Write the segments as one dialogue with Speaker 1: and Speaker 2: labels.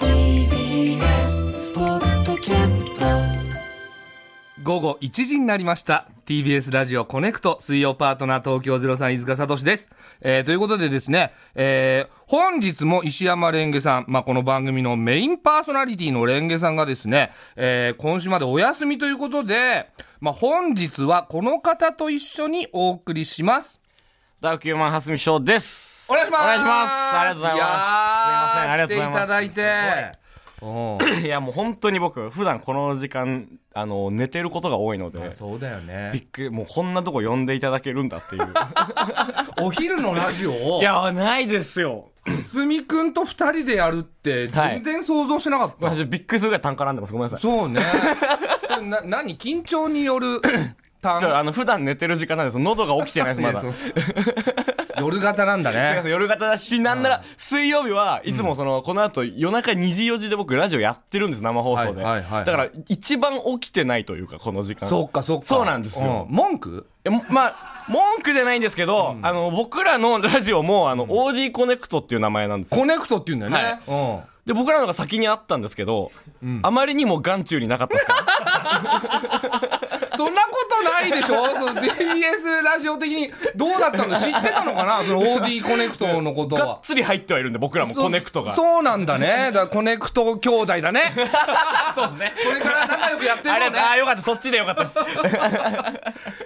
Speaker 1: TBS ポッドキャスト
Speaker 2: 午後1時になりました。TBS ラジオコネクト水曜パートナー東京03飯塚聡です。えーということでですね、えー本日も石山レンゲさん、まあ、この番組のメインパーソナリティのレンゲさんがですね、えー今週までお休みということで、まあ、本日はこの方と一緒にお送りします。
Speaker 3: ダウキューマン蓮見翔です。
Speaker 2: お願いします
Speaker 3: お願いします。ありがとうございます。すいません、ありがとうございます。
Speaker 2: 来ていただいて。おう
Speaker 3: いや、もう本当に僕、普段この時間、あの、寝てることが多いので、
Speaker 2: そうだよ
Speaker 3: び
Speaker 2: ね。
Speaker 3: っくり、もうこんなとこ呼んでいただけるんだっていう。
Speaker 2: お昼のラジオを、
Speaker 3: いや、ないですよ。
Speaker 2: すみくんと二人でやるって、全然想像してなかった。
Speaker 3: 私びっくりするぐらい単価なんでます。ごめんなさい。
Speaker 2: そうね。 それな、何緊張によ る単
Speaker 3: ちょあの、普段寝てる時間なんです。喉が起きてないです、まだ。
Speaker 2: い
Speaker 3: す
Speaker 2: や
Speaker 3: い
Speaker 2: そう夜型なん だ
Speaker 3: ません、
Speaker 2: ね。
Speaker 3: 夜型だし、なんなら、水曜日はいつもその、この後、夜中2時4時で僕、ラジオやってるんです、生放送で。
Speaker 2: はいはいはいはい
Speaker 3: だから、一番起きてないというか、この時間。
Speaker 2: そうか、そうか。
Speaker 3: そうなんですよ
Speaker 2: うん文句
Speaker 3: えもまあ、文句じゃないんですけど、あの、僕らのラジオも、あの、OG コネクトっていう名前なんですよ。
Speaker 2: コネクトって言うんだよね。
Speaker 3: で、僕らのが先にあったんですけど、あまりにも眼中になかったです から。
Speaker 2: うん。そんなことないで しょその ?DBS ラジオ的にどうだったの知ってたのかなその OD コネクトのこと
Speaker 3: がっ
Speaker 2: は。
Speaker 3: つり入ってはいるんで、僕らもコネクトが。
Speaker 2: そそうなんだね。だからコネクト兄弟だね。
Speaker 3: そうですね。
Speaker 2: これから仲良くやっ て
Speaker 3: あ
Speaker 2: る
Speaker 3: れ、
Speaker 2: よね
Speaker 3: あ。ーよかった、そっちでよかったです。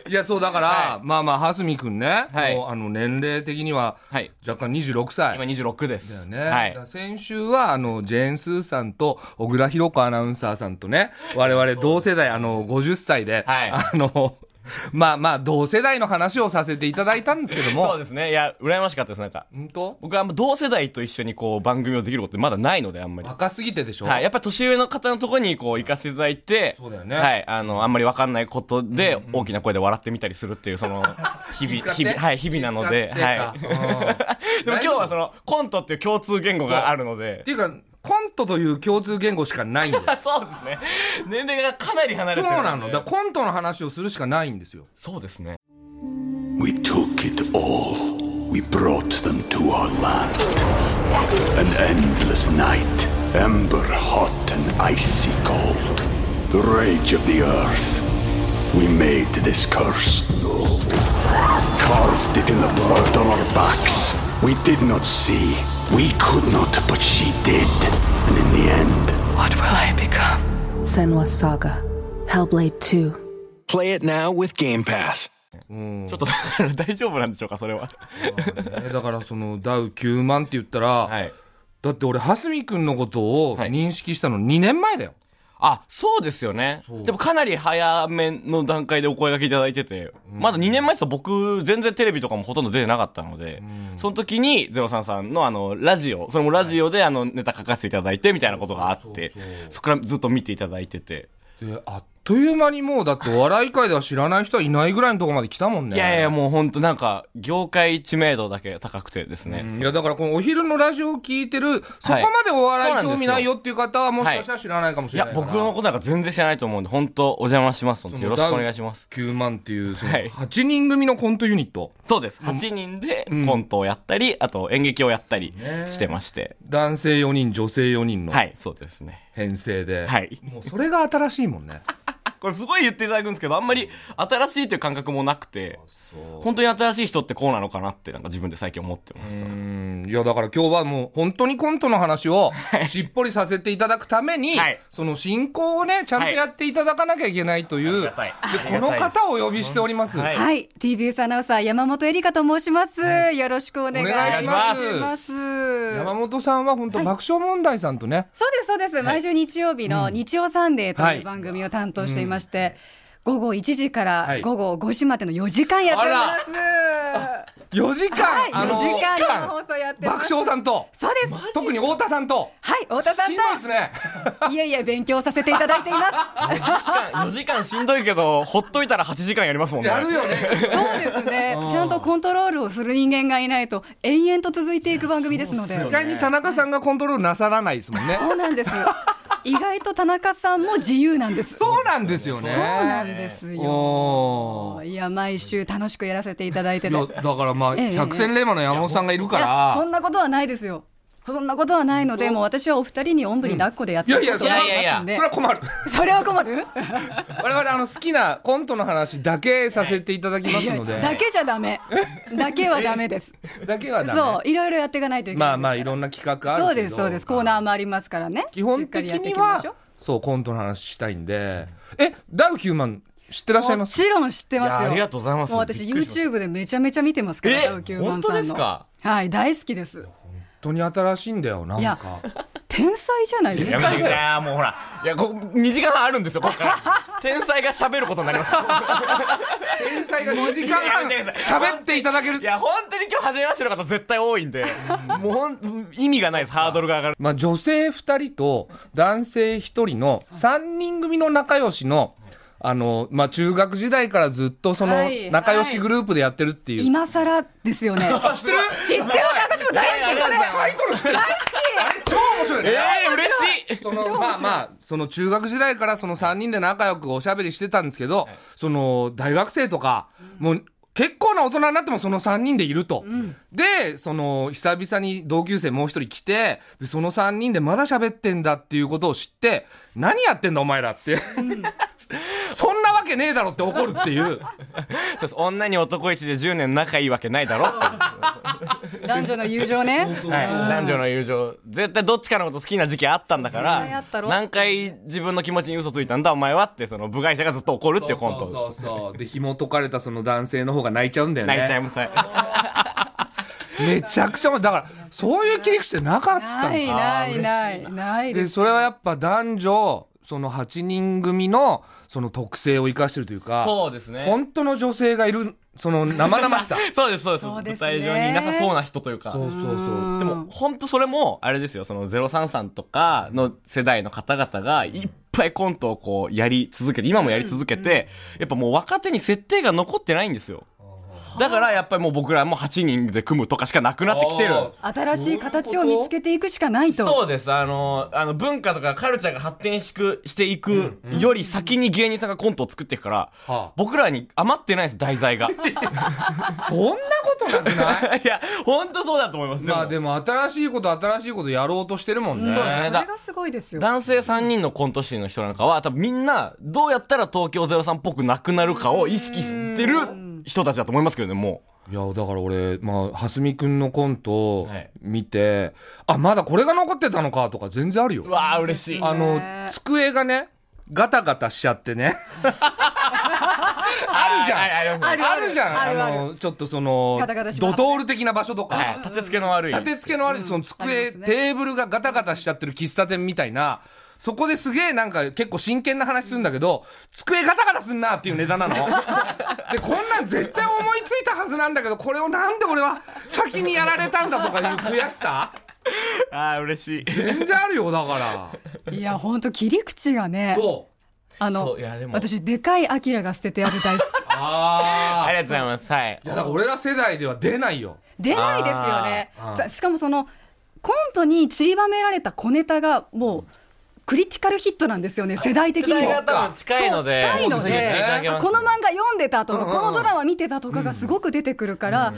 Speaker 2: いや、そうだから、まあまあ、はすみくんね。
Speaker 3: はい
Speaker 2: もうあの、年齢的には、
Speaker 3: はい
Speaker 2: 若干26歳。
Speaker 3: 今26です。
Speaker 2: だよね。
Speaker 3: は
Speaker 2: だから
Speaker 3: い。
Speaker 2: 先週は、あの、ジェーン・スーさんと、小倉弘子アナウンサーさんとね、我々同世代、あの、50歳で、
Speaker 3: はい
Speaker 2: あの、 まあまあ、同世代の話をさせていただいたんですけど
Speaker 3: そう
Speaker 2: も、
Speaker 3: ですね。いや、羨ましかったです、なんか。
Speaker 2: 本当
Speaker 3: 僕はあんま同世代と一緒にこう、番組をできることってまだないので、あんまり。
Speaker 2: 若すぎてでしょ、
Speaker 3: はい、やっぱ年上の方のところにこう行かせていただいて、
Speaker 2: そうだよね
Speaker 3: はい、あの、あんまりわかんないことで、大きな声で笑ってみたりするっていう、そ の、日
Speaker 2: 気遣
Speaker 3: 々、
Speaker 2: って
Speaker 3: 日々、はい、日々なので、
Speaker 2: 気遣
Speaker 3: は
Speaker 2: って
Speaker 3: い。
Speaker 2: かうん
Speaker 3: でも今日はその、コントっていう共通言語があるので
Speaker 2: っ、ていうか、コントという共通言語しかない んで
Speaker 3: そうですね。年齢がかなり離れ
Speaker 2: そう
Speaker 3: てるで
Speaker 2: なの。だからコントの話をするしかないんで すよ。
Speaker 3: そうですね。
Speaker 4: we took it all. We brought them to our land. An endless night, ember hot and icy cold. The rage of the earth. We made this curse. Carved it in the blood on our backs. We did not see. We could not, but she did. And in the end,
Speaker 5: What will I become?
Speaker 6: Senwa Saga, Hellblade 2.
Speaker 7: Play it now with Game Pass.
Speaker 3: ちょっとだ から大丈夫なんでしょうか、それは。
Speaker 2: ねだからその、ダウ9万って言ったら、
Speaker 3: はい。
Speaker 2: だって俺、はすみくんのことを認識したの2年前だよ。
Speaker 3: あ、そうですよね。でもかなり早めの段階でお声掛けいただいてて、まだ2年前ですと僕、全然テレビとかもほとんど出てなかったので、その時に03さんのあの、ラジオ、それもラジオであの、ネタ書かせていただいてみたいなことがあって
Speaker 2: そうそうそう、
Speaker 3: そこからずっと見ていただいてて。
Speaker 2: で、あっという間にもう、だってお笑い界では知らない人はいないぐらいのとこまで来たもんね。
Speaker 3: いやいや、もうほんとなんか、業界知名度だけ高くてですね。
Speaker 2: いやだからこのお昼のラジオを聞いてる、そこまでお笑い興味ないよっていう方はもしかしたら知らないかもし
Speaker 3: い
Speaker 2: れ
Speaker 3: や
Speaker 2: ない、から、
Speaker 3: 僕のことなんか全然知らないと思うんで、本当お邪魔します。本当よろしくお願いします。
Speaker 2: 9万っていう、その
Speaker 3: はい
Speaker 2: 8人組のコントユニット。
Speaker 3: そうです。8人でコントをやったり、あと演劇をやったりしてまして。
Speaker 2: 男性4人、女性4人の
Speaker 3: はい、そうですね。
Speaker 2: 編成で。
Speaker 3: はい
Speaker 2: もうそれが新しいもんね。
Speaker 3: これすごい言っていただくんですけど、あんまり新しいという感覚もなくて、本当に新しい人ってこうなのかなって、なんか自分で最近思ってました。
Speaker 2: うんいやだから今日はもう本当にコントの話をしっぽりさせていただくために、
Speaker 3: はい
Speaker 2: その進行をね、ちゃんとやっていただかなきゃいけないという、
Speaker 3: たい
Speaker 2: でこの
Speaker 3: ありがたいです
Speaker 2: 方をお呼びしております。
Speaker 3: はい
Speaker 8: はい、TBS アナウンサー山本恵里香と申します、よろしくお願いします
Speaker 2: お願いしま
Speaker 8: そ
Speaker 2: 山
Speaker 8: う
Speaker 2: 本さんは本当爆笑問題さんとね、
Speaker 8: ですそうです、毎週日曜日の「日曜サンデー」と
Speaker 2: はいいう
Speaker 8: 番組を担当していまして、午後1時か
Speaker 2: は
Speaker 8: ら
Speaker 2: い
Speaker 8: 午後5時までの4時間やっております、
Speaker 2: 4時間、
Speaker 8: はい、
Speaker 2: あの
Speaker 8: 4時間生放送やってま
Speaker 2: 爆
Speaker 8: す。
Speaker 2: 笑さんと、
Speaker 8: そうです。
Speaker 2: 特に太田さんと、
Speaker 8: はい、太田さん
Speaker 2: しんどいですね。
Speaker 8: と、いやいや、勉強させていただいています。
Speaker 3: 4時間しんどいけど、ほっといたら8時間やりますもんね。
Speaker 2: やるよね。
Speaker 8: そうですね。ちゃんとコントロールをする人間がいないと、延々と続いていく番組ですので。
Speaker 2: 意外に田中さんがコントロールなさらないですもんね。
Speaker 8: そうなんです。意外と田中さんも自由なんです。
Speaker 2: そうなんですよね。
Speaker 8: そうなんですよ。
Speaker 2: おー
Speaker 8: いや、毎週楽しくやらせていただいて
Speaker 2: い
Speaker 8: て。い
Speaker 2: やだからまあ、
Speaker 8: ええ
Speaker 2: 百戦錬磨の山本さんがいるか
Speaker 8: や、そ
Speaker 2: ら、
Speaker 8: んなことはないですよ。そんなことはないので、もう私はお二人におんぶに抱っこでやって
Speaker 2: いやい
Speaker 8: いこ
Speaker 2: や
Speaker 8: うと思いますん
Speaker 2: そ
Speaker 8: で
Speaker 2: れ。は困る。
Speaker 8: それは困る
Speaker 2: 我々あの好きなコントの話だけさせていただきますので、
Speaker 8: だけじゃダメ。だけはダメです。
Speaker 2: だけはダメ。
Speaker 8: そう、いろいろやっていかないといけない。
Speaker 2: まあまあいろんな企画あ
Speaker 8: そう
Speaker 2: るけ
Speaker 8: です、
Speaker 2: ど。
Speaker 8: そうです。コーナーもありますからね。
Speaker 2: 基
Speaker 8: し
Speaker 2: 本的
Speaker 8: っかりやってい
Speaker 2: に
Speaker 8: きま
Speaker 2: は
Speaker 8: しょう、
Speaker 2: そう、コントの話したいんで。え、ダウヒューマン知ってらっしゃいま
Speaker 8: も
Speaker 2: す
Speaker 8: ちろん知ってます
Speaker 3: い
Speaker 8: よ。
Speaker 3: やありがとうございます
Speaker 8: もう私、
Speaker 3: びっくりし
Speaker 8: YouTube でめちゃめちゃ見てますから、
Speaker 3: え
Speaker 8: ダウキューマン
Speaker 3: 本当
Speaker 8: さんの
Speaker 3: ですか
Speaker 8: はい、大好きです。
Speaker 2: 本当に新しいんだよ、ないん
Speaker 8: や
Speaker 2: か。、
Speaker 8: 天才じゃないです
Speaker 3: や
Speaker 8: か。
Speaker 3: めてくれ。いやーもうほら。いや、ここ、2時間半あるんですよ、ここ から。天才が喋ることになります。
Speaker 2: 天才が2時間半
Speaker 3: いやいや
Speaker 2: 喋っていただける
Speaker 3: い。や、本当に今日初めましての方絶対多いんで、もうほん、意味がないです、ハードルが上がる。
Speaker 2: まあ、女性2人と男性1人の3人組の仲良しの、あの、まあ、中学時代からずっとそ
Speaker 8: は
Speaker 2: の
Speaker 8: い
Speaker 2: 仲良しグループでやってるっていう。
Speaker 8: 今更で すよね。
Speaker 2: 知ってる
Speaker 8: 知ってます、私も大好き、それ。
Speaker 2: タイトル知ってるあれ超面白いね
Speaker 3: えー、嬉しい
Speaker 2: そのまあまあその中学時代からその3人で仲良くおしゃべりしてたんですけど、その大学生とか、もう結構な大人になってもその3人でいると、でその久々に同級生もう一人来てでその3人でまだ喋ってんだっていうことを知って何やってんだお前らって、 そんなわけねえだろって怒るっていう
Speaker 3: そうです女に男一で10年仲いいわけないだろっていう
Speaker 8: 男女の友情ね。
Speaker 3: はい、男女の友情絶対どっちかのこと好きな時期あったんだか
Speaker 8: 絶対あ
Speaker 3: ら
Speaker 8: ったろ
Speaker 3: 何回自分の気持ちに嘘ついたんだお前はってその部外者がずっと怒るっていうコント
Speaker 2: そうそうそうで紐解かれたその男性の方が泣いちゃうんだよね
Speaker 3: 泣いちゃいますね
Speaker 2: めちゃくちゃ面白いだからそういう切り口ってなかったん
Speaker 8: な
Speaker 2: です
Speaker 8: い
Speaker 2: よ
Speaker 8: ないない、ない
Speaker 2: で
Speaker 8: です。
Speaker 2: それはやっぱ男女その8人組のその特性を生かしてるというか
Speaker 3: そうですね
Speaker 2: 本当の女性がいるその生々し さ
Speaker 3: そうですそうです
Speaker 8: そうで
Speaker 3: 舞
Speaker 8: すね
Speaker 3: 台上にいなさそうな人というか
Speaker 2: そうそうそう
Speaker 3: でも本当それもあれですよその03さんとかの世代の方々がいっぱいコントをこうやり続けて今もやり続けてやっぱもう若手に設定が残ってないんですよだからやっぱりもう僕らも8人で組むとかしかなくなってきてる
Speaker 8: 新しい形を見つけていくしかないと。
Speaker 3: そうです。あの、あの文化とかカルチャーが発展しくしていくより先に芸人さんがコントを作っていくから、
Speaker 2: はあ
Speaker 3: 僕らに余ってないです、題材 が。い
Speaker 2: そんなこ となくない
Speaker 3: や、ほんとそうだと思います。でも
Speaker 2: まあでも新しいこと新しいことやろうとしてるもんね、
Speaker 3: そう
Speaker 8: そ
Speaker 3: ですね
Speaker 8: れがすごいですよ。
Speaker 3: 男性3人のコント師の人なんかは、多分みんな、どうやったら東京03っぽくなくなるかを意識してる人たちだと思いますけどね、も
Speaker 2: いやだから俺まあ蓮見君のコントを
Speaker 3: はい
Speaker 2: 見て、あまだこれが残ってたのかとか全然あるよ
Speaker 3: う。うわー、嬉しい。
Speaker 2: あの机がねガタガタしちゃってねあるじゃん
Speaker 3: はいはいはい
Speaker 8: ある
Speaker 2: あるじゃん
Speaker 8: あるある
Speaker 2: のちょっとその
Speaker 8: ガタガタしま
Speaker 2: ド
Speaker 8: す
Speaker 2: トール的な場所とか、
Speaker 3: はい立て付けの悪い。
Speaker 2: 立て付けのあるその机、
Speaker 8: ありますね
Speaker 2: テーブルがガタガタしちゃってる喫茶店みたいなそこですげえなんか結構真剣な話するんだけど、机ガタガタすんなっていうネタなのでこんなん絶対思いついたはずなんだけどこれをなんで俺は先にやられたんだとかいう悔しさ
Speaker 3: ああ、嬉しい。
Speaker 2: 全然あるよだから
Speaker 8: いや、ほんと切り口がね。
Speaker 2: そう
Speaker 8: あの
Speaker 3: そういやで、も
Speaker 8: 私、でかいアキラが捨ててある大好き。
Speaker 2: あ
Speaker 3: あ
Speaker 2: あ
Speaker 3: りがとうございます。はい。
Speaker 2: いやだから俺ら世代では出ないよ
Speaker 8: 出ないですよね。さしかもそのコントに散りばめられた小ネタがもうクリティカルヒットなんですよね世代的にも。
Speaker 3: 世代が多分近いので
Speaker 8: そう近いの
Speaker 3: そうですよねいただけ
Speaker 8: で
Speaker 3: ます
Speaker 8: この漫画読んでたとか、このドラマ見てたとかがすごく出てくるから、あ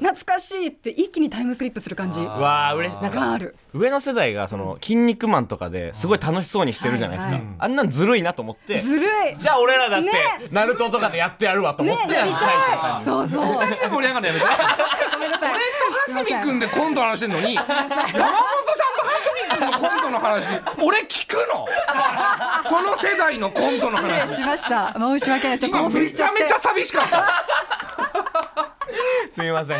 Speaker 8: 懐かしいって一気にタイムスリップする感じ
Speaker 3: うわあ、嬉しい。なんか
Speaker 8: がある。
Speaker 3: 上の世代がその筋肉マンとかですごい楽しそうにしてるじゃないですか、
Speaker 8: はいはい
Speaker 3: あんなんずるいなと思って
Speaker 8: ずるい。
Speaker 3: じゃあ俺らだっ
Speaker 8: ね
Speaker 3: てナルトとかでやってやるわと思
Speaker 8: ね
Speaker 3: って
Speaker 8: や
Speaker 3: や
Speaker 8: り
Speaker 3: りたいと
Speaker 8: た
Speaker 3: か
Speaker 8: い。そうそう。ご
Speaker 2: 何で盛り上がるのやめて
Speaker 8: めんなさい。
Speaker 2: 俺と蓮見君でコントの話してんのに山本さんと蓮見君のコントの話俺聞くのその世代のコントの
Speaker 8: 失礼
Speaker 2: 話
Speaker 8: しました。申し訳ない。ちょっと
Speaker 2: 今
Speaker 8: 興奮
Speaker 2: め
Speaker 8: し
Speaker 2: ち
Speaker 8: ちゃっ
Speaker 2: ゃ
Speaker 8: て
Speaker 2: めちゃ寂しかった
Speaker 3: すみません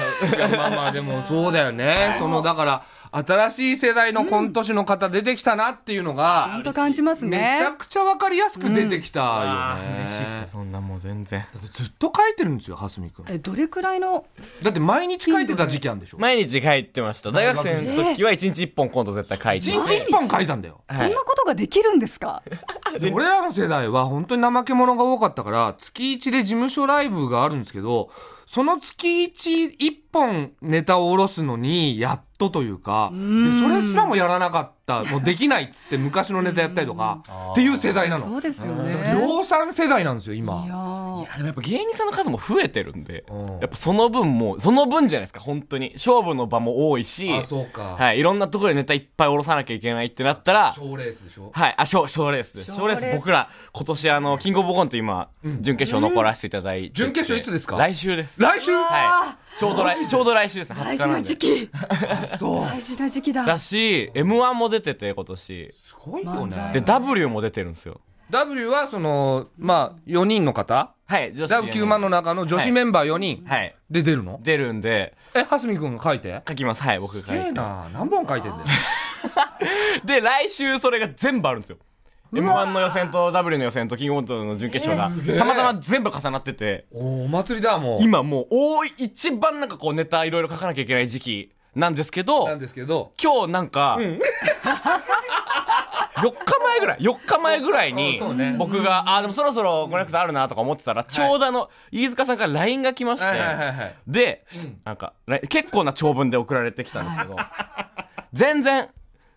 Speaker 2: まあまあでもそうだよねそのだから新しい世代のコント師の方出てきたなっていうのが
Speaker 8: 本、当感じます
Speaker 2: めちゃ
Speaker 8: ね。
Speaker 2: くちゃわかりやすく出てきたよね。
Speaker 3: 嬉しいっすそんなもう全然
Speaker 2: ずっと書いてるんですよ、蓮見くん。
Speaker 8: えどれくらいの
Speaker 2: だって毎日書いてた時期あるんでしょ。
Speaker 3: 毎日書いてました大学生の時は1日1本今度絶対書い
Speaker 2: 一
Speaker 3: てま
Speaker 2: 日一本書いたんだよ。
Speaker 3: す
Speaker 8: そんなことができるんですか。
Speaker 2: で俺らの世代は本当に怠け者が多かったから月1で事務所ライブがあるんですけどその月1一本ネタを下ろすのにやっとというかでそれすらもやらなかったもうできないっつって昔のネタやったりとかっていう世代な
Speaker 8: そ
Speaker 2: の
Speaker 8: うですよね。
Speaker 2: 量産世代なんですよ
Speaker 8: いや
Speaker 2: 今
Speaker 8: ー
Speaker 3: でもやっぱ芸人さんの数も増えてるんで、
Speaker 2: うん
Speaker 3: やっぱその分もう、その分じゃないですか、本当に。勝負の場も多いし、
Speaker 2: あそうか
Speaker 3: はい、いろんなところでネタいっぱい下ろさなきゃいけないってなったら、
Speaker 2: 賞レースでしょ
Speaker 3: はい、あ、賞、賞レースです。賞レー
Speaker 8: 賞レー
Speaker 3: ス
Speaker 8: ス
Speaker 3: 僕ら、今年あの、キングオブコント今、準決勝残らせていただいてて、
Speaker 2: 準決勝いつですか
Speaker 3: 来週です。
Speaker 2: 来週
Speaker 3: はい。ちょうど来、ちょうど来週ですね、20
Speaker 8: 大
Speaker 3: 日
Speaker 8: 事
Speaker 3: な
Speaker 8: なん
Speaker 3: で
Speaker 8: 時。期、
Speaker 2: そう
Speaker 8: 大事な時期
Speaker 3: だ
Speaker 8: だ。
Speaker 3: し、M1 も出てて、今年。
Speaker 2: すごいよね
Speaker 3: で、W も出てるんですよ。
Speaker 2: W はそのまあ4人の方
Speaker 3: はい、女子。
Speaker 2: W9 万の中の女子メンバー4人
Speaker 3: はい。
Speaker 2: で出るの
Speaker 3: 出るんで、
Speaker 2: え蓮見くんが書いて
Speaker 3: 書きます。はい、僕書い
Speaker 2: ええ
Speaker 3: て。
Speaker 2: な何本書いてんだよ
Speaker 3: で、来週それが全部あるんですよ。M1 の予選と W の予選とキングオブコントの準決勝が、たまたま全部重なってて、
Speaker 2: おお祭りだもう
Speaker 3: 今もう、多い、一番なんかこうネタいろいろ書かなきゃいけない時期なんですけど、
Speaker 2: なんですけど
Speaker 3: 今日なんか、4日前ぐらい、4日前ぐらいに
Speaker 2: あそうね、
Speaker 3: 僕が、あー、でもそろそろ500さんあるなとか思ってたら、ちょうどあの、飯塚さんから LINE が来まして
Speaker 2: はいはいはいはい、
Speaker 3: で、なんか、来結構な長文で送られてきたんですけど、全然、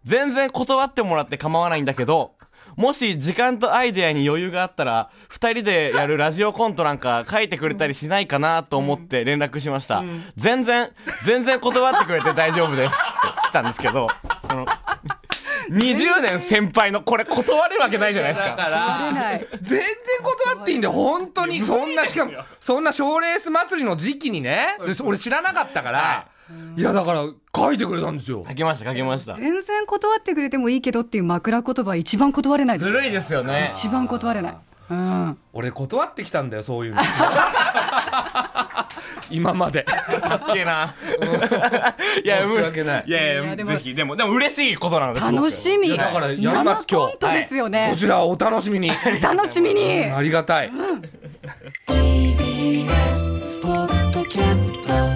Speaker 3: 全然断ってもらって構わないんだけど、もし時間とアイデアに余裕があったら、二人でやるラジオコントなんか書いてくれたりしないかなと思って連絡しました。全然、全然断ってくれて大丈夫ですって来たんですけど、その、20年先輩のこれ断れるわけないじゃないですか。
Speaker 2: だ
Speaker 8: 出
Speaker 2: ら
Speaker 8: ない。
Speaker 2: 全然断っていいんだよ本当にそんなしかもそんな賞レース祭りの時期にね俺知らなかったからいやだから書いてくれたんですよ
Speaker 3: 書きました、書きました。
Speaker 8: 全然断ってくれてもいいけどっていう枕言葉一番断れないで
Speaker 3: ず
Speaker 8: す。
Speaker 3: るいですよね。
Speaker 8: 一番断れない。うん。
Speaker 2: 俺断ってきたんだよそういうの 今まで
Speaker 3: かっけえな。い
Speaker 2: 申し訳ない
Speaker 3: いやいや、
Speaker 8: で
Speaker 3: ぜ
Speaker 8: も
Speaker 3: ひ、でも、でも嬉しいことなんですごく
Speaker 8: 楽しみ。
Speaker 2: いやだからやります
Speaker 8: 生コ
Speaker 2: 今日
Speaker 8: ントですよね
Speaker 2: こ。ちらお楽しみ に
Speaker 8: 楽しみに。
Speaker 2: ありがたい
Speaker 1: TBS ポッドキャスト